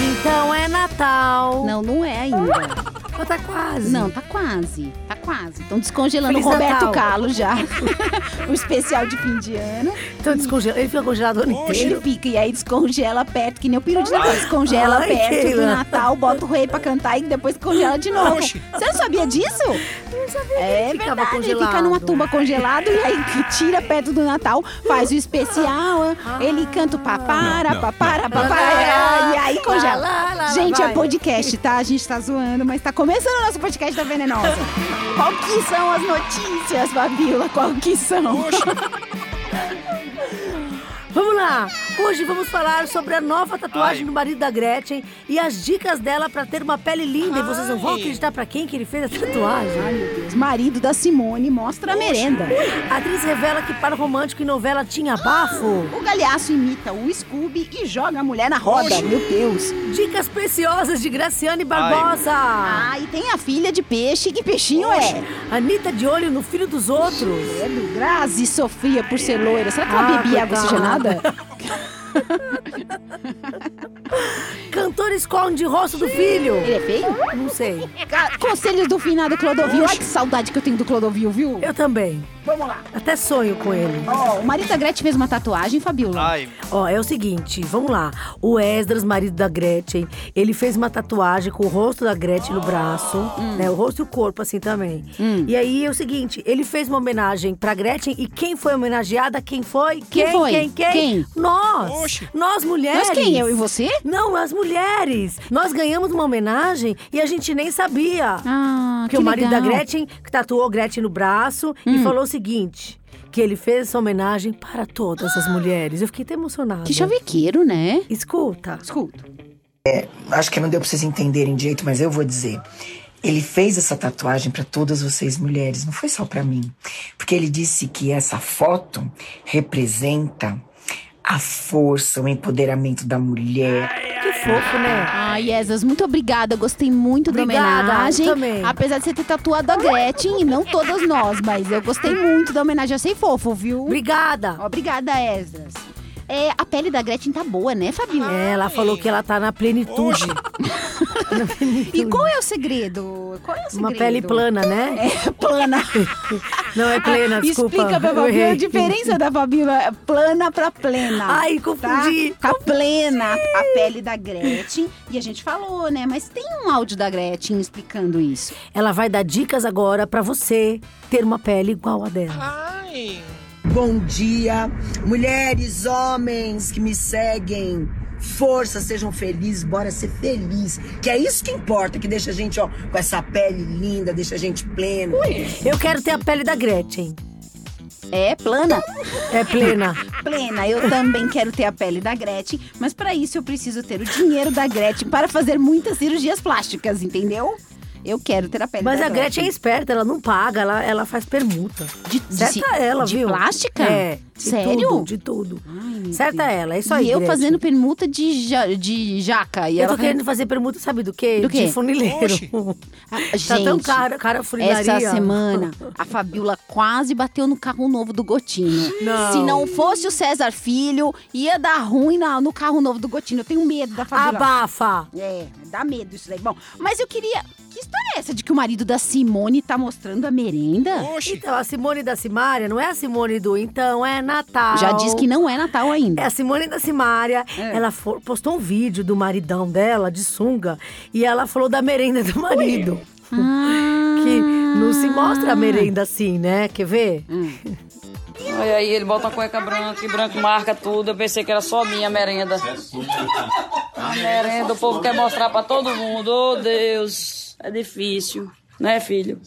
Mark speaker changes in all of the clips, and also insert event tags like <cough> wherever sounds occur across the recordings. Speaker 1: Então é Natal.
Speaker 2: Não, não é ainda.
Speaker 1: Mas tá quase.
Speaker 2: Não, tá quase. Tá quase. Estão descongelando
Speaker 1: Feliz
Speaker 2: o Roberto
Speaker 1: Natal.
Speaker 2: Carlos já. <laughs> o especial de fim de ano.
Speaker 1: Então descongela. Ele fica congelado o ano
Speaker 2: Ele
Speaker 1: inteiro.
Speaker 2: pica e aí descongela perto, que nem o peru de Natal. Descongela
Speaker 1: Ai,
Speaker 2: perto do
Speaker 1: Keila.
Speaker 2: Natal, bota o rei pra cantar e depois congela de novo.
Speaker 3: Oxi.
Speaker 2: Você não sabia disso? É
Speaker 1: ficava
Speaker 2: verdade, ele fica
Speaker 1: congelado.
Speaker 2: numa tuba congelado e aí que tira perto do Natal, faz o especial,
Speaker 1: Ah.
Speaker 2: ele canta o papara,
Speaker 3: Não, não,
Speaker 2: papara,
Speaker 1: não.
Speaker 2: papara, e aí congela.
Speaker 1: Lá, lá, lá,
Speaker 2: Gente, é
Speaker 1: vai.
Speaker 2: podcast, tá? A gente tá zoando, mas tá começando o nosso podcast da Venenosa. Qual que são as notícias, Babila? Qual que são?
Speaker 1: Vamos lá! Hoje vamos falar sobre a nova tatuagem
Speaker 3: Ai.
Speaker 1: do marido da Gretchen e as dicas dela pra ter uma pele linda. E vocês não vão
Speaker 3: Ai.
Speaker 1: acreditar pra quem que ele fez a tatuagem.
Speaker 2: Ai, meu Deus. Marido da Simone mostra a merenda.
Speaker 1: A atriz revela que par romântico em novela tinha bafo.
Speaker 2: O galhaço imita o Scooby e joga a mulher na roda.
Speaker 3: Oxi.
Speaker 2: Meu Deus.
Speaker 1: Dicas preciosas de Graciane Barbosa.
Speaker 2: Ah, e tem a filha de peixe. Que peixinho é?
Speaker 1: Anitta de olho no filho dos outros.
Speaker 2: Credo, Grazi sofria por ser loira. Será que ela
Speaker 1: Ah,
Speaker 2: bebia água
Speaker 1: coitada.
Speaker 2: oxigenada?
Speaker 1: Cantor esconde o rosto do filho.
Speaker 2: Ele é feio?
Speaker 1: Não sei.
Speaker 2: Ca- Conselhos do finado Clodovil. Ai, que saudade que eu tenho do Clodovil, viu?
Speaker 1: Eu também.
Speaker 2: Vamos lá.
Speaker 1: Até sonho com ele.
Speaker 2: Ó, É, o marido da Gretchen fez uma tatuagem, Fabiola.
Speaker 3: Ai,
Speaker 1: Ó, é o seguinte, vamos lá. O Esdras, marido da Gretchen, ele fez uma tatuagem com o rosto da Gretchen no braço, né? O rosto e o corpo, assim, também.
Speaker 2: Hum.
Speaker 1: E aí, é o seguinte, ele fez uma homenagem pra Gretchen e quem foi homenageada? Quem foi?
Speaker 2: Quem foi?
Speaker 1: Quem? Quem?
Speaker 2: Quem?
Speaker 1: Nós!
Speaker 3: Oxe.
Speaker 1: Nós mulheres!
Speaker 2: Mas quem? Eu e você?
Speaker 1: Não, as mulheres! Nós ganhamos uma homenagem e a gente nem sabia.
Speaker 2: Ah, Hum.
Speaker 1: Porque o marido da Gretchen que tatuou Gretchen no braço e falou o seguinte: que ele fez essa homenagem para todas as mulheres. Eu fiquei até emocionada.
Speaker 2: Que chavequeiro, né?
Speaker 1: Escuta.
Speaker 2: Escuta.
Speaker 4: acho que não deu pra vocês entenderem direito, mas eu vou dizer. Ele fez essa tatuagem pra todas vocês mulheres, não foi só pra mim. Porque ele disse que essa foto representa a força, o empoderamento da mulher,
Speaker 1: Que fofo, né?
Speaker 2: Ai, Esas, Ah, muito obrigada. Gostei muito da
Speaker 1: Obrigada,
Speaker 2: homenagem.
Speaker 1: eu também.
Speaker 2: Apesar de você ter tatuado a Gretchen e não todas nós, mas eu gostei muito da homenagem. Eu sei fofo, viu?
Speaker 1: Obrigada.
Speaker 2: Obrigada, Esas. É, a pele da Gretchen tá boa, né, Fabiola?
Speaker 1: Ela falou que ela tá na plenitude. Na plenitude.
Speaker 2: E qual é o segredo? Qual é o segredo?
Speaker 1: Uma pele plana, né?
Speaker 2: É, plana.
Speaker 1: Não é <laughs> plena, desculpa.
Speaker 2: Ah, Explica pra
Speaker 1: Eu
Speaker 2: Fabiola
Speaker 1: errei.
Speaker 2: a diferença da Fabiola É plana pra plena.
Speaker 1: Ai, confundi.
Speaker 2: Tá, tá plena a pele da Gretchen. E a gente falou, né? Mas tem um áudio da Gretchen explicando isso.
Speaker 1: Ela vai dar dicas agora pra você ter uma pele igual a dela.
Speaker 3: ai.
Speaker 5: Bom dia, mulheres, homens que me seguem. Força, sejam felizes, bora ser feliz. Que é isso que importa, que deixa a gente, ó, com essa pele linda, deixa a gente pleno.
Speaker 1: Eu quero ter a pele da Gretchen.
Speaker 2: É plana?
Speaker 1: É plena.
Speaker 2: Plena. Eu também quero ter a pele da Gretchen, mas pra isso eu preciso ter o dinheiro da Gretchen para fazer muitas cirurgias plásticas, entendeu? Eu quero ter a pele
Speaker 1: Mas
Speaker 2: da
Speaker 1: a Gretchen é esperta, ela não paga, ela, ela faz permuta.
Speaker 2: De, de,
Speaker 1: Certa ela,
Speaker 2: de
Speaker 1: viu?
Speaker 2: plástica?
Speaker 1: É. de
Speaker 2: Sério?
Speaker 1: tudo, de tudo.
Speaker 2: Ai, meu
Speaker 1: Certa
Speaker 2: Deus.
Speaker 1: ela, é isso aí.
Speaker 2: E eu
Speaker 1: Gretchen.
Speaker 2: fazendo permuta de, ja- de jaca. E
Speaker 1: Eu
Speaker 2: ela
Speaker 1: tô querendo fazer permuta, sabe do quê?
Speaker 2: Do quê?
Speaker 1: De funileiro.
Speaker 3: Oxe.
Speaker 2: Ah,
Speaker 1: <laughs> tá tão
Speaker 2: gente,
Speaker 1: caro, cara a funilaria.
Speaker 2: Essa
Speaker 1: <laughs>
Speaker 2: semana, a Fabiola quase bateu no carro novo do Gotino.
Speaker 1: Não.
Speaker 2: Se não fosse o César Filho, ia dar ruim na- no carro novo do Gotino. Eu tenho medo da Fabiola.
Speaker 1: Ah, Abafa!
Speaker 2: É, dá medo isso daí. Bom, mas eu queria... Que história é essa de que o marido da Simone tá mostrando a merenda?
Speaker 3: Oxi.
Speaker 1: Então, a Simone da Simária não é a Simone do Então é Natal.
Speaker 2: Já diz que não é Natal ainda.
Speaker 1: É a Simone da Simária.
Speaker 2: É.
Speaker 1: Ela fo- postou um vídeo do maridão dela, de sunga, e ela falou da merenda do marido. Que não
Speaker 2: Ah.
Speaker 1: se mostra a merenda assim, né? Quer ver?
Speaker 6: Olha aí, ele bota uma cueca branca e branco marca tudo. Eu pensei que era só minha merenda. A merenda, o povo quer mostrar pra todo mundo. Oh, Deus, é difícil, né, filho?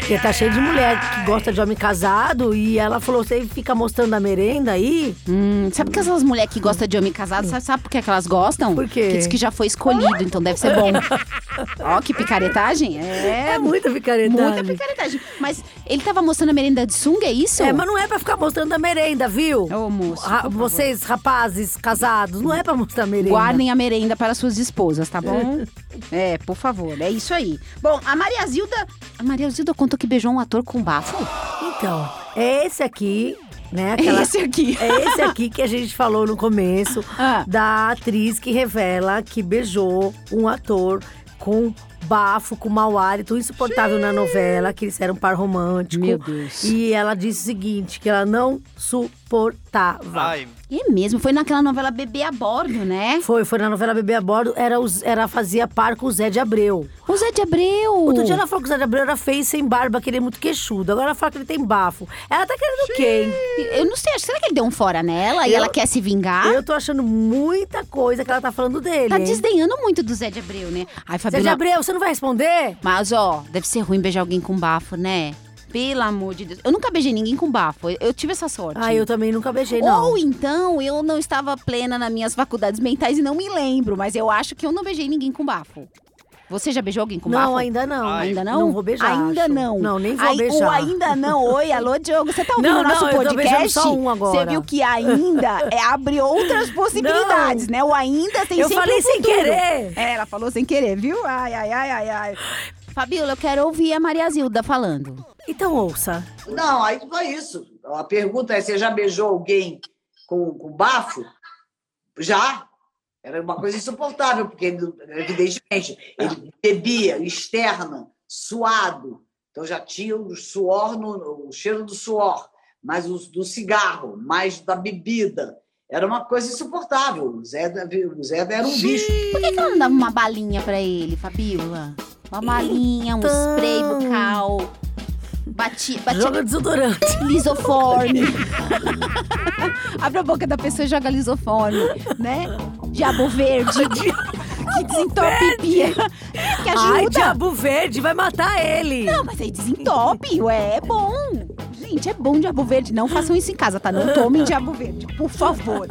Speaker 1: Porque tá cheio de mulher que gosta de homem casado e ela falou: você fica mostrando a merenda aí?
Speaker 2: Hum, sabe que essas mulheres que gostam de homem casado, sabe, sabe por que, é que elas gostam?
Speaker 1: Por quê?
Speaker 2: Porque diz que já foi escolhido, então deve ser
Speaker 1: <laughs>
Speaker 2: bom. Ó, que picaretagem. É,
Speaker 1: É, muita picaretagem.
Speaker 2: muita picaretagem. Mas ele tava mostrando a merenda de sunga, é isso?
Speaker 1: É, mas Ah, não é pra ficar mostrando a merenda, viu?
Speaker 2: Ô, moço,
Speaker 1: Ra-
Speaker 2: por favor.
Speaker 1: vocês, rapazes, casados, não é pra mostrar a merenda.
Speaker 2: Guardem a merenda para suas esposas,
Speaker 1: <laughs>
Speaker 2: tá bom? é, por favor, é isso aí. Bom, a Maria Zilda... A Maria Zilda contou que beijou um ator com bafo.
Speaker 1: Então, é esse aqui né?
Speaker 2: É
Speaker 1: Aquela-
Speaker 2: <laughs> esse aqui.
Speaker 1: É esse aqui que a gente falou no começo,
Speaker 2: <laughs> Ah.
Speaker 1: da atriz que revela que beijou um ator com bafo, com mau hálito, insuportável na novela, que eles eram um par romântico.
Speaker 2: Meu Deus.
Speaker 1: E ela disse o seguinte, que ela não suportava.
Speaker 3: Ai,
Speaker 2: É mesmo, foi naquela novela Bebê a Bordo, né?
Speaker 1: Foi, foi na novela Bebê a Bordo, era, os- era fazia par com o Zé de Abreu.
Speaker 2: O Zé de Abreu.
Speaker 1: Outro dia ela falou que o Zé de Abreu era feio e sem barba, que ele é muito queixudo. Agora ela fala que ele tem bafo. Ela tá querendo o quê, hein?
Speaker 2: Eu não sei, acho- será que ele deu um fora nela e
Speaker 1: Eu-
Speaker 2: ela quer se vingar?
Speaker 1: Eu tô achando muita coisa que ela tá falando dele.
Speaker 2: Ah? Tá
Speaker 1: hein?
Speaker 2: desdenhando muito do Zé de Abreu, né? Ai,
Speaker 1: Zé
Speaker 2: Fabiola.
Speaker 1: de Abreu, você não vai responder?
Speaker 2: Mas, ó, deve ser ruim beijar alguém com bafo, né? Pelo amor de Deus. Eu nunca beijei ninguém com bafo. Eu- Eu tive essa sorte.
Speaker 1: Ah, eu também nunca beijei, não.
Speaker 2: Ou então eu não estava plena nas minhas faculdades mentais e não me lembro, mas eu acho que eu não beijei ninguém com bafo. Você já beijou alguém com
Speaker 1: não,
Speaker 2: bafo?
Speaker 1: ainda não.
Speaker 3: Ai.
Speaker 2: Ainda não?
Speaker 1: Não vou beijar,
Speaker 2: Ainda
Speaker 1: acho.
Speaker 2: não.
Speaker 1: Não, nem vou
Speaker 2: Ai, O
Speaker 1: beijar.
Speaker 2: ainda não. Oi, alô, Diogo. Você tá ouvindo
Speaker 1: Não,
Speaker 2: o nosso
Speaker 1: não, eu tô
Speaker 2: podcast?
Speaker 1: beijando só um agora.
Speaker 2: Você viu que
Speaker 1: <laughs>
Speaker 2: ainda é, abre outras possibilidades, né? O ainda tem
Speaker 1: Eu
Speaker 2: sempre
Speaker 1: falei
Speaker 2: um
Speaker 1: sem
Speaker 2: futuro.
Speaker 1: querer.
Speaker 2: É, ela falou sem querer, viu? Ai, ai, ai, ai, ai. Fabiola, eu quero ouvir a Maria Zilda falando.
Speaker 1: Então ouça.
Speaker 7: Não, aí não é isso. A pergunta é: você já beijou alguém com, com bafo? Já. Era uma coisa insuportável, porque, ele, evidentemente, ele bebia externa, suado. Então já tinha o suor, no, o cheiro do suor, mais o, do cigarro, mais da bebida. Era uma coisa insuportável. O Zé, o Zé era um bicho.
Speaker 2: Por que, que ela não dava uma balinha pra ele, Fabiola? Uma balinha, um
Speaker 1: Então.
Speaker 2: spray bucal. Bati, bati
Speaker 1: Joga desodorante.
Speaker 2: lisoforme. <laughs> Abre a boca da pessoa e joga lisoforme, né? Diabo verde. que desentope pia. Que
Speaker 1: Ai,
Speaker 2: ajuda.
Speaker 1: diabo verde, vai matar ele.
Speaker 2: não, mas aí desentope, ué, é bom. Gente, é bom diabo verde. Não façam isso em casa, tá? Não tomem diabo verde, por favor.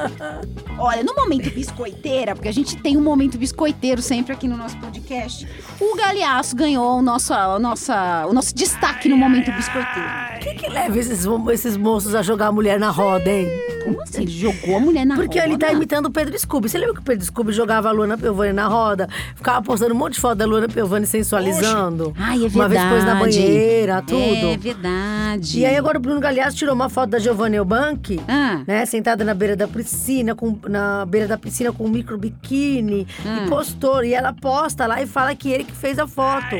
Speaker 2: Olha, no momento biscoiteira, porque a gente tem um momento biscoiteiro sempre aqui no nosso podcast, o Galeaço ganhou o nosso, a nossa, o nosso destaque no momento biscoiteiro.
Speaker 1: O que, que leva esses, mo- esses moços a jogar a mulher na roda, hein?
Speaker 2: Como assim? Ele jogou a mulher na né?
Speaker 1: Porque ele tá
Speaker 2: roda?
Speaker 1: imitando o Pedro Scooby. Você lembra que o Pedro Scooby jogava a Luana Piovani na roda? Ficava postando um monte de foto da Luana Piovani sensualizando.
Speaker 2: Ai, é verdade.
Speaker 1: Uma vez pôs na banheira, tudo.
Speaker 2: É verdade.
Speaker 1: E aí agora o Bruno Galeazzo tirou uma foto da Giovanna Eubank,
Speaker 2: Ah.
Speaker 1: né, sentada na beira da piscina, com, na beira da piscina com um micro biquíni
Speaker 2: Hum.
Speaker 1: e postou. E ela posta lá e fala que ele que fez a foto.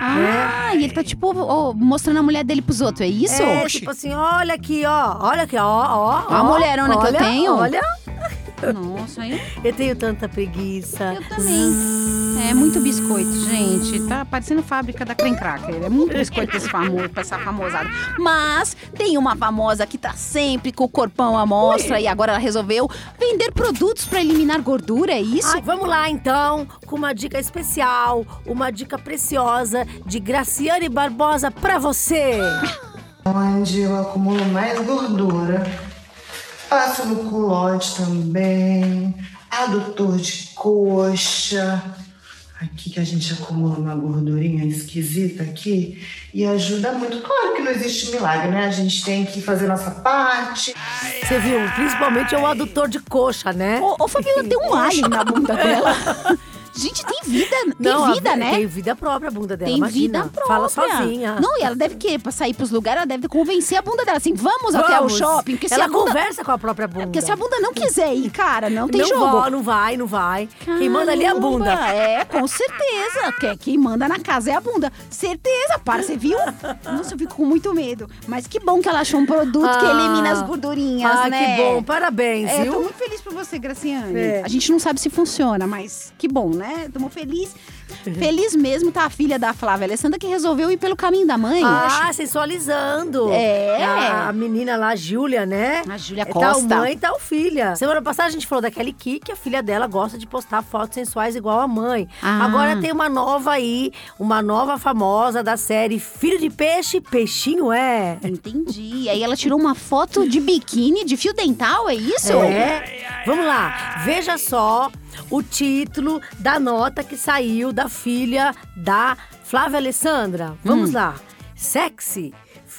Speaker 2: Ah, e ele tá tipo ó, mostrando a mulher dele pros outros, é isso?
Speaker 1: É, tipo assim, olha aqui, ó, olha aqui, ó, ó, ó.
Speaker 2: Ó a mulherona que eu
Speaker 1: olha,
Speaker 2: tenho.
Speaker 1: Olha,
Speaker 2: Nossa, aí
Speaker 1: eu tenho tanta preguiça.
Speaker 2: eu também. É muito biscoito, gente. Tá parecendo fábrica da Crem Cracker. É muito biscoito esse famoso, pra essa famosada. Mas tem uma famosa que tá sempre com o corpão à mostra e agora ela resolveu vender produtos pra eliminar gordura, é isso?
Speaker 1: Ai, vamos lá então, com uma dica especial, uma dica preciosa de Graciane Barbosa pra você.
Speaker 8: Onde eu acumulo mais gordura. Passo no culote também. Adutor de coxa. Aqui que a gente acumula uma gordurinha esquisita aqui. E ajuda muito. Claro que não existe milagre, né? A gente tem que fazer nossa parte.
Speaker 1: Você viu? Principalmente é o adutor de coxa, né?
Speaker 2: Ô, ô Fabiola, tem um alien na
Speaker 1: <laughs>
Speaker 2: bunda dela. Gente, tem vida, tem
Speaker 1: a
Speaker 2: vida, né?
Speaker 1: Tem vida própria a bunda dela,
Speaker 2: Tem
Speaker 1: imagina.
Speaker 2: vida
Speaker 1: Fala
Speaker 2: própria.
Speaker 1: sozinha.
Speaker 2: Não, e ela deve querer pra sair pros lugares, ela deve convencer a bunda dela assim, vamos, até o
Speaker 1: Vamos.
Speaker 2: shopping. Porque se,
Speaker 1: Ela
Speaker 2: a bunda, É,
Speaker 1: conversa com a própria bunda.
Speaker 2: porque se a bunda não quiser ir, cara, não tem
Speaker 1: não
Speaker 2: jogo.
Speaker 1: vó, não vai, não vai. Quem manda ali é a bunda.
Speaker 2: Caramba, É, com certeza. Que- Quem manda na casa é a bunda. Certeza, para, você viu? Nossa, eu fico com muito medo. Mas que bom que ela achou um produto que
Speaker 1: Ah.
Speaker 2: elimina as gordurinhas,
Speaker 1: Ah,
Speaker 2: né?
Speaker 1: que bom. Parabéns,
Speaker 2: É, eu tô
Speaker 1: viu?
Speaker 2: muito feliz por você, Graciane.
Speaker 1: É.
Speaker 2: A gente não sabe se funciona, mas que bom, né? Tamo feliz. Feliz mesmo tá a filha da Flávia Alessandra que resolveu ir pelo caminho da mãe.
Speaker 1: Ah, sensualizando.
Speaker 2: É.
Speaker 1: A, a menina lá, a Júlia, né?
Speaker 2: A Júlia
Speaker 1: É
Speaker 2: Costa.
Speaker 1: Tal mãe, tal filha. Semana passada a gente falou da Kelly Ki, que a filha dela gosta de postar fotos sensuais igual a mãe.
Speaker 2: Ah.
Speaker 1: Agora tem uma nova aí, uma nova famosa da série Filho de Peixe, Peixinho é.
Speaker 2: Entendi. E aí ela tirou uma foto de biquíni, de fio dental, é isso?
Speaker 1: É. Vamos lá. Veja só o título da nota que
Speaker 2: Hum.
Speaker 1: saiu da filha da Flávia Alessandra. Vamos lá. Sexy.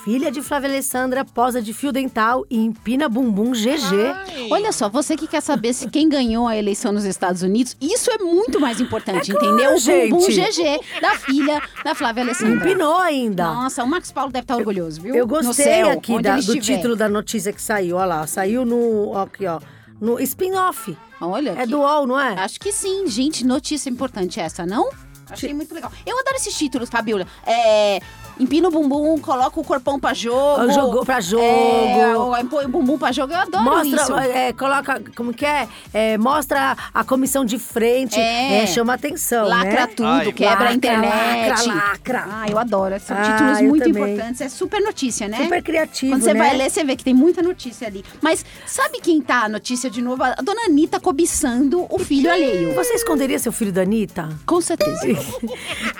Speaker 1: filha de Flávia Alessandra posa de fio dental e empina bumbum GG.
Speaker 2: Olha só, você que quer saber se quem ganhou a eleição nos Estados Unidos, isso é muito mais importante, entendeu?
Speaker 1: gente.
Speaker 2: O bumbum GG da filha da Flávia Alessandra.
Speaker 1: Empinou ainda.
Speaker 2: Nossa, o Marcos Paulo deve estar orgulhoso, viu?
Speaker 1: Eu
Speaker 2: No
Speaker 1: gostei
Speaker 2: céu,
Speaker 1: aqui
Speaker 2: onde
Speaker 1: da-
Speaker 2: ele
Speaker 1: do
Speaker 2: estiver.
Speaker 1: título da notícia que saiu. Olha lá, saiu no. ó, aqui, ó. No spin-off.
Speaker 2: Olha,
Speaker 1: É
Speaker 2: que-
Speaker 1: do UOL, não é?
Speaker 2: Acho que sim, gente. Notícia importante essa, não? Achei muito legal. Eu adoro esses títulos, Fabiola. É. Empina o bumbum, coloca o corpão pra jogo.
Speaker 1: Ah, Jogou pra jogo.
Speaker 2: É, ou põe o bumbum pra jogo. Eu adoro
Speaker 1: mostra,
Speaker 2: isso.
Speaker 1: é, coloca, como que é? É, Mostra a comissão de frente,
Speaker 2: É.
Speaker 1: é, chama atenção,
Speaker 2: Lacra
Speaker 1: né?
Speaker 2: tudo,
Speaker 3: Ai,
Speaker 2: quebra
Speaker 1: lacra,
Speaker 2: a internet.
Speaker 1: lacra, lacra.
Speaker 2: Ah, eu adoro. São
Speaker 1: Ah,
Speaker 2: títulos
Speaker 1: eu
Speaker 2: muito
Speaker 1: também.
Speaker 2: importantes. É super notícia, né?
Speaker 1: Super criativo,
Speaker 2: Quando você
Speaker 1: né?
Speaker 2: vai ler, você vê que tem muita notícia ali. Mas sabe quem tá a notícia de novo? A dona Anitta cobiçando o
Speaker 1: é
Speaker 2: filho alheio.
Speaker 1: Você esconderia seu filho da
Speaker 2: <laughs>
Speaker 1: Anitta?
Speaker 2: Com certeza.
Speaker 1: é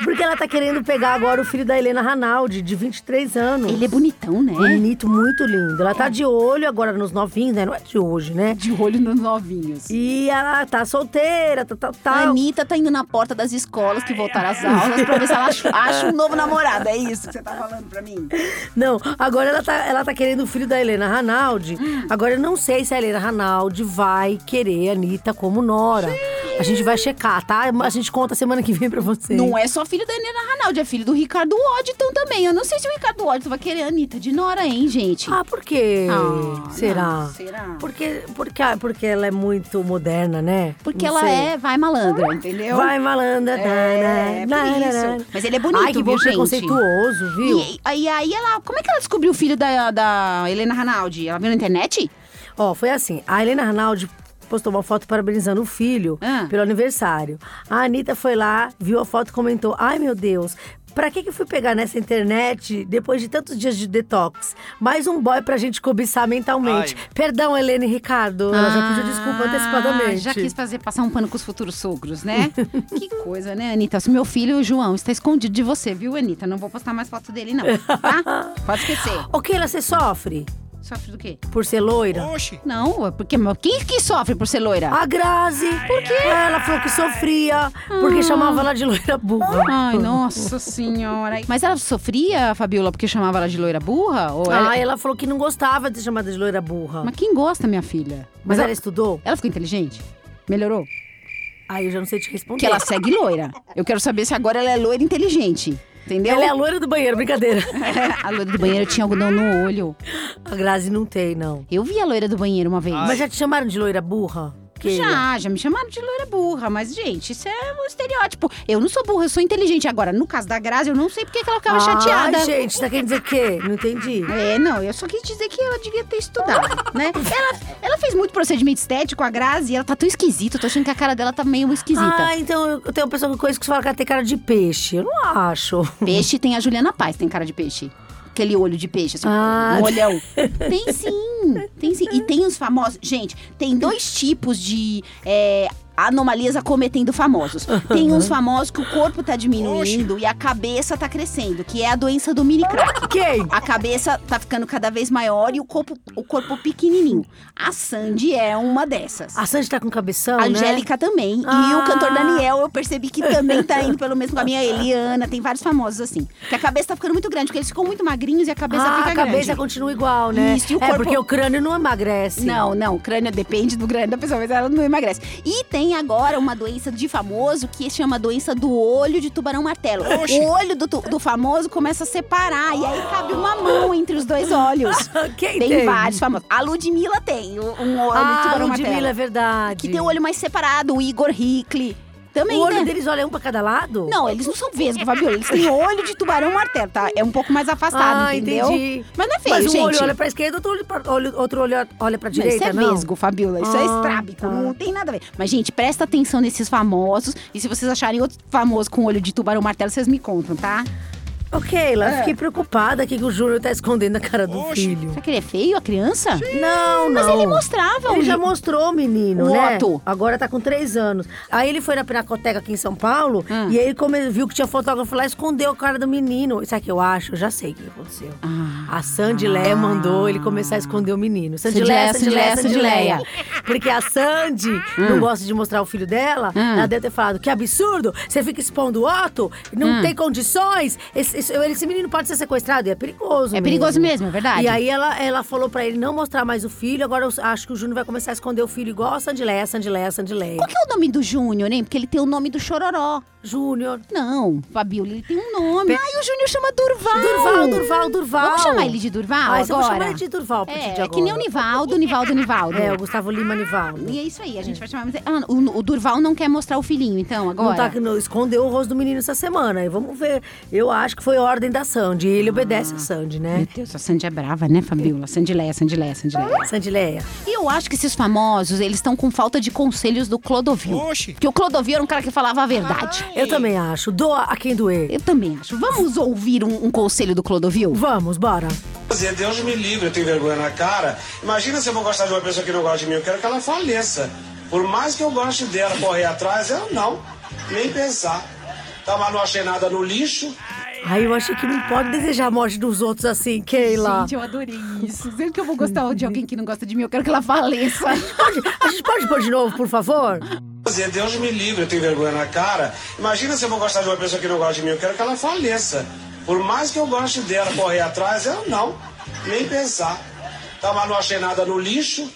Speaker 1: Porque ela tá querendo pegar agora o filho da Helena Ranaldi, de 23 anos.
Speaker 2: Ele é bonitão, né?
Speaker 1: Bonito, muito lindo. Ela tá de olho agora nos novinhos, né? Não é de hoje, né?
Speaker 2: De olho nos novinhos.
Speaker 1: E ela tá solteira, tá, tá,
Speaker 2: A
Speaker 1: tá.
Speaker 2: Anitta tá indo na porta das escolas que voltaram às aulas pra ver se ela acha, acha um novo namorado. É isso que você tá falando pra mim?
Speaker 1: Não, agora ela tá, ela tá querendo o filho da Helena Ranaldi. Agora eu não sei se a Helena Ranaldi vai querer a Anitta como Nora. A gente vai checar, tá? A gente conta semana que vem pra vocês.
Speaker 2: Não é só filho da Helena Ranaldi, é filho do Ricardo Oddton também. Eu não sei se o Ricardo Oddton vai querer a Anitta de Nora, hein, gente?
Speaker 1: Ah, por quê?
Speaker 2: Ah,
Speaker 1: será?
Speaker 2: não, será?
Speaker 1: Porque, porque, porque ela é muito moderna, né?
Speaker 2: Porque
Speaker 1: Não
Speaker 2: ela
Speaker 1: sei.
Speaker 2: é, vai malandra, entendeu?
Speaker 1: Vai, malandra. tá,
Speaker 2: É, por
Speaker 1: tá,
Speaker 2: isso.
Speaker 1: tá, tá.
Speaker 2: Mas ele é bonito,
Speaker 1: Ai, que
Speaker 2: viu,
Speaker 1: bom
Speaker 2: gente?
Speaker 1: preconceituoso, viu?
Speaker 2: E, e aí ela, como é que ela descobriu o filho da, da Helena Ranaldi? Ela viu na internet?
Speaker 1: Ó, foi assim, a Helena Arnaldi postou uma foto parabenizando o filho
Speaker 2: Ah.
Speaker 1: pelo aniversário. A Anitta foi lá, viu a foto e comentou, ai meu Deus... Pra que que eu fui pegar nessa internet depois de tantos dias de detox? Mais um boy pra gente cobiçar mentalmente.
Speaker 3: Ai.
Speaker 1: Perdão, Helena e Ricardo. Ela já pediu
Speaker 2: Ah,
Speaker 1: desculpa antecipadamente.
Speaker 2: Já quis fazer passar um pano com os futuros sogros,
Speaker 1: <laughs>
Speaker 2: né? que coisa, né, Anitta? Se meu filho, o João, está escondido de você, viu, Anitta? Não vou postar mais foto dele, não.
Speaker 1: <laughs>
Speaker 2: Tá? Pode esquecer.
Speaker 1: Ô, Keila, você sofre
Speaker 2: Sofre do quê?
Speaker 1: por ser loira?
Speaker 3: Oxi.
Speaker 2: Não, é porque mas quem que sofre por ser loira?
Speaker 1: A Grazi. Por quê? Ela falou que sofria porque chamava ela de loira burra.
Speaker 2: Ah. Ai, nossa
Speaker 1: <laughs>
Speaker 2: senhora. Mas ela sofria, Fabiola, porque chamava ela de loira burra? Ou ela-
Speaker 1: Ai, ela falou que não gostava de ser chamada de loira burra. Mas,
Speaker 2: Mas quem gosta, minha filha? Mas
Speaker 1: ela
Speaker 2: ela,
Speaker 1: estudou?
Speaker 2: ela ficou inteligente? Melhorou?
Speaker 1: Aí eu já não sei te responder.
Speaker 2: Porque ela segue loira. Eu quero saber se agora ela é loira inteligente. Entendeu?
Speaker 1: Ela é a loira do banheiro, brincadeira.
Speaker 2: a loira do banheiro tinha algodão no olho.
Speaker 1: A Grazi não tem, não.
Speaker 2: Eu vi a loira do banheiro uma vez.
Speaker 1: Mas já te chamaram de loira burra? Keila?
Speaker 2: Já, já me chamaram de loira burra, mas, gente, isso é um estereótipo. Eu não sou burra, eu sou inteligente. Agora, no caso da Grazi, eu não sei porque que ela ficava chateada.
Speaker 1: Ai, gente, tá querendo dizer o quê? Não entendi.
Speaker 2: É, não, eu só quis dizer que ela devia ter estudado, né? Ela, ela fez muito procedimento estético, a Grazi, e ela tá tão esquisita, eu tô achando que a cara dela tá meio esquisita.
Speaker 1: Ah, então eu tenho uma pessoa que eu conheço que fala que ela tem cara de peixe. Eu não acho.
Speaker 2: Peixe tem a Juliana Paz, tem cara de peixe. Aquele olho de peixe, assim,
Speaker 1: Ah.
Speaker 2: um olhão. Tem sim, tem sim. E tem os famosos. Gente, tem dois tipos de. é, Anomalias acometendo famosos. Tem uns famosos que o corpo tá diminuindo e a cabeça tá crescendo, que é a doença do mini crack.
Speaker 1: Quem?
Speaker 2: A cabeça tá ficando cada vez maior e o corpo, o corpo pequenininho. A Sandy é uma dessas.
Speaker 1: A Sandy tá com cabeção,
Speaker 2: A
Speaker 1: né?
Speaker 2: Angélica também. E
Speaker 1: Ah.
Speaker 2: o cantor Daniel, eu percebi que também tá indo pelo mesmo caminho. A Eliana, tem vários famosos assim. Que a cabeça tá ficando muito grande, porque eles ficam muito magrinhos e a cabeça
Speaker 1: ah,
Speaker 2: fica
Speaker 1: a cabeça
Speaker 2: grande.
Speaker 1: continua igual, né?
Speaker 2: Isso, e o
Speaker 1: é,
Speaker 2: corpo-
Speaker 1: porque o crânio não emagrece.
Speaker 2: Não, não, o crânio depende do crânio da pessoa, mas ela não emagrece. E tem agora uma doença de famoso que chama doença do olho de tubarão martelo. O olho do, tu- do famoso começa a separar e aí cabe uma mão entre os
Speaker 1: <laughs>
Speaker 2: dois olhos.
Speaker 1: <laughs> Quem
Speaker 2: Tem,
Speaker 1: tem?
Speaker 2: vários famosos. A Ludmilla tem um um olho de
Speaker 1: Ah,
Speaker 2: tubarão
Speaker 1: Ludmilla, é
Speaker 2: martelo.
Speaker 1: verdade.
Speaker 2: Que tem o olho mais separado, o Igor Hickley. Também,
Speaker 1: O olho
Speaker 2: né?
Speaker 1: deles olha um pra cada lado?
Speaker 2: Não, eles não são vesgo, Fabiola. Eles têm olho de tubarão martelo, tá? É um pouco mais afastado,
Speaker 1: ah,
Speaker 2: entendeu?
Speaker 1: entendi.
Speaker 2: Mas não é feio,
Speaker 1: Mas um
Speaker 2: gente.
Speaker 1: olho olha pra esquerda, outro olho, pra, olho- outro olho olha pra direita,
Speaker 2: não, isso é
Speaker 1: não?
Speaker 2: vesgo, Fabiola. Isso é
Speaker 1: Ah,
Speaker 2: estrábico.
Speaker 1: tá.
Speaker 2: Não tem nada a ver. Mas, gente, presta atenção nesses famosos. E se vocês acharem outro famoso com olho de tubarão martelo, vocês me contam, tá?
Speaker 1: Ô, Keila,
Speaker 2: É.
Speaker 1: fiquei preocupada aqui que o Júnior tá escondendo a cara do filho.
Speaker 2: Será que ele é feio, a criança?
Speaker 1: Não, não.
Speaker 2: Mas ele mostrava um
Speaker 1: Ele
Speaker 2: o-
Speaker 1: já mostrou o menino,
Speaker 2: O
Speaker 1: né?
Speaker 2: Otto.
Speaker 1: Agora tá com três anos. Aí ele foi na Pinacoteca aqui em São Paulo
Speaker 2: Hum.
Speaker 1: e aí ele come- viu que tinha fotógrafo lá e escondeu a cara do menino. Isso aqui eu acho, eu já sei o que aconteceu.
Speaker 2: Ah.
Speaker 1: A Sandileia mandou ele começar a esconder o menino. Sandileia, Sandileia,
Speaker 2: Sandileia, Sandileia.
Speaker 1: Sandileia. Porque a Sandy
Speaker 2: Ah.
Speaker 1: não gosta de mostrar o filho dela.
Speaker 2: Hum. Ah.
Speaker 1: Ela deve ter falado, que absurdo, você fica expondo o Otto, não tem condições, esse, isso- ele- esse menino pode ser sequestrado e é perigoso.
Speaker 2: É perigoso mesmo, é verdade.
Speaker 1: E aí ela, ela falou pra ele não mostrar mais o filho. Agora eu acho que o Júnior vai começar a esconder o filho igual a Sandileia, Sandileia, Sandileia.
Speaker 2: Qual que é o nome do Júnior, hein? Porque ele tem o nome do Chororó.
Speaker 1: Júnior.
Speaker 2: Não, Fabiola, ele tem um nome.
Speaker 1: Pe-
Speaker 2: Ai, o Júnior chama Durval.
Speaker 1: Durval, Durval, Durval.
Speaker 2: Vamos chamar ele de Durval
Speaker 1: Ah,
Speaker 2: agora?
Speaker 1: isso eu vou chamar ele de Durval a partir de
Speaker 2: É, é
Speaker 1: agora.
Speaker 2: que nem o Nivaldo, Nivaldo, Nivaldo.
Speaker 1: <laughs> É, o Gustavo Lima Nivaldo.
Speaker 2: E é isso aí, a gente vai chamar... Ah, o, o Durval não quer mostrar o filhinho, então, agora?
Speaker 1: Não tá, que não, escondeu o rosto do menino essa semana. E vamos ver. Eu acho que foi ordem da Sandy. Ele obedece
Speaker 2: Ah.
Speaker 1: a Sandy,
Speaker 2: Meu
Speaker 1: né?
Speaker 2: Deus, a Sandy é brava, né, Fabiola? Sandileia, Sandileia, Sandileia.
Speaker 1: Sandileia.
Speaker 2: E eu acho que esses famosos, eles estão com falta de conselhos do Clodovil.
Speaker 3: Oxi.
Speaker 2: Porque o Clodovil era um cara que falava a verdade.
Speaker 1: Eu também acho. Doa a quem doer.
Speaker 2: Eu também acho. Vamos ouvir um, um conselho do Clodovil?
Speaker 1: Vamos, bora.
Speaker 9: Dizer, Deus me livre, eu tenho vergonha na cara. Imagina se eu vou gostar de uma pessoa que não gosta de mim, eu quero que ela faleça. Por mais que eu goste dela, correr atrás, eu não. Nem pensar. Tava não achei nada no lixo.
Speaker 1: Aí eu achei que não pode desejar a morte dos outros assim, Keila.
Speaker 2: eu adorei isso. Sempre que eu vou gostar de alguém que não gosta de mim, eu quero que ela
Speaker 1: <laughs>
Speaker 2: faleça.
Speaker 1: Pode- a gente pode pôr de novo, por favor?
Speaker 9: Dizer, Deus me livre, eu tenho vergonha na cara. Imagina se eu vou gostar de uma pessoa que não gosta de mim, eu quero que ela faleça. Por mais que eu goste dela, correr atrás, eu não. Nem pensar. Tava não achei nada no lixo.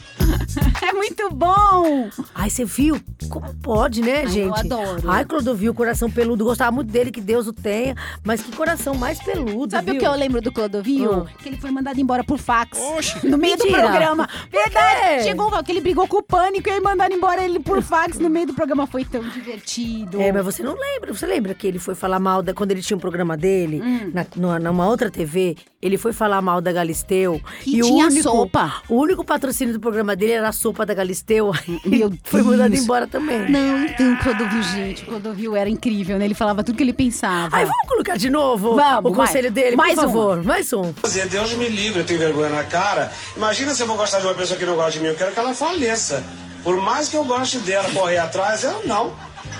Speaker 2: É muito bom!
Speaker 1: Ai, você viu? Como pode, né, gente?
Speaker 2: adoro.
Speaker 1: Ai, Clodovil, coração peludo. Gostava muito dele, que Deus o tenha. Mas que coração mais peludo,
Speaker 2: Sabe o
Speaker 1: viu?
Speaker 2: que eu lembro do Clodovil?
Speaker 1: Hum.
Speaker 2: Que ele foi mandado embora por fax.
Speaker 3: Oxi.
Speaker 2: No meio
Speaker 1: Mentira.
Speaker 2: do programa.
Speaker 1: quê?
Speaker 2: Verdade. Chegou um que ele brigou com o pânico e aí mandaram embora ele por fax no meio do programa. Foi tão divertido.
Speaker 1: É, mas você não lembra. Você lembra que ele foi falar mal da, quando ele tinha um programa dele,
Speaker 2: Hum.
Speaker 1: na, numa, numa outra TV, ele foi falar mal da Galisteu.
Speaker 2: Que
Speaker 1: e
Speaker 2: tinha
Speaker 1: o único,
Speaker 2: sopa.
Speaker 1: O
Speaker 2: Hum,
Speaker 1: único patrocínio do programa dele era a sopa da Galisteu.
Speaker 2: Meu
Speaker 1: E <laughs> foi mandado
Speaker 2: Deus.
Speaker 1: embora também.
Speaker 2: Não, então, Clodovil, gente. Clodovil era incrível, né? Ele falava tudo que ele pensava.
Speaker 1: Ai, vamos colocar de novo
Speaker 2: Vamos,
Speaker 1: o conselho
Speaker 2: vai.
Speaker 1: dele,
Speaker 2: Mais
Speaker 1: por
Speaker 2: uma.
Speaker 1: favor. Mais um.
Speaker 9: Dizer, Deus me livre, eu tenho vergonha na cara. Imagina se eu vou gostar de uma pessoa que não gosta de mim, eu quero que ela faleça. Por mais que eu goste dela, correr atrás, eu não.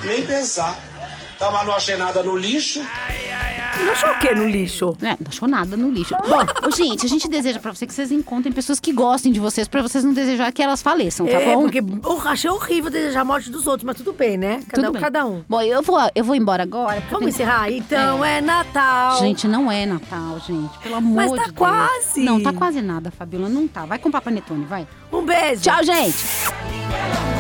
Speaker 9: Nem pensar. Tava não achei nada no lixo.
Speaker 1: Não achou o quê no lixo?
Speaker 2: É, não achou nada no lixo. Bom, ô, gente, a gente deseja pra você que vocês encontrem pessoas que gostem de vocês, pra vocês não desejar que elas faleçam, tá
Speaker 1: é,
Speaker 2: bom?
Speaker 1: porque eu achei horrível desejar a morte dos outros, mas tudo bem, né? Cada
Speaker 2: Tudo
Speaker 1: um,
Speaker 2: bem.
Speaker 1: cada um.
Speaker 2: Bom, eu vou, eu vou embora agora. porque eu
Speaker 1: Vamos encerrar? Então é, Natal.
Speaker 2: Gente, não é Natal, gente. Pelo amor
Speaker 1: Mas
Speaker 2: de
Speaker 1: tá
Speaker 2: Deus.
Speaker 1: quase.
Speaker 2: Não, tá quase nada, Fabiola. Não tá. Vai comprar panetone, vai.
Speaker 1: um beijo.
Speaker 2: Tchau, gente.
Speaker 10: Tchau.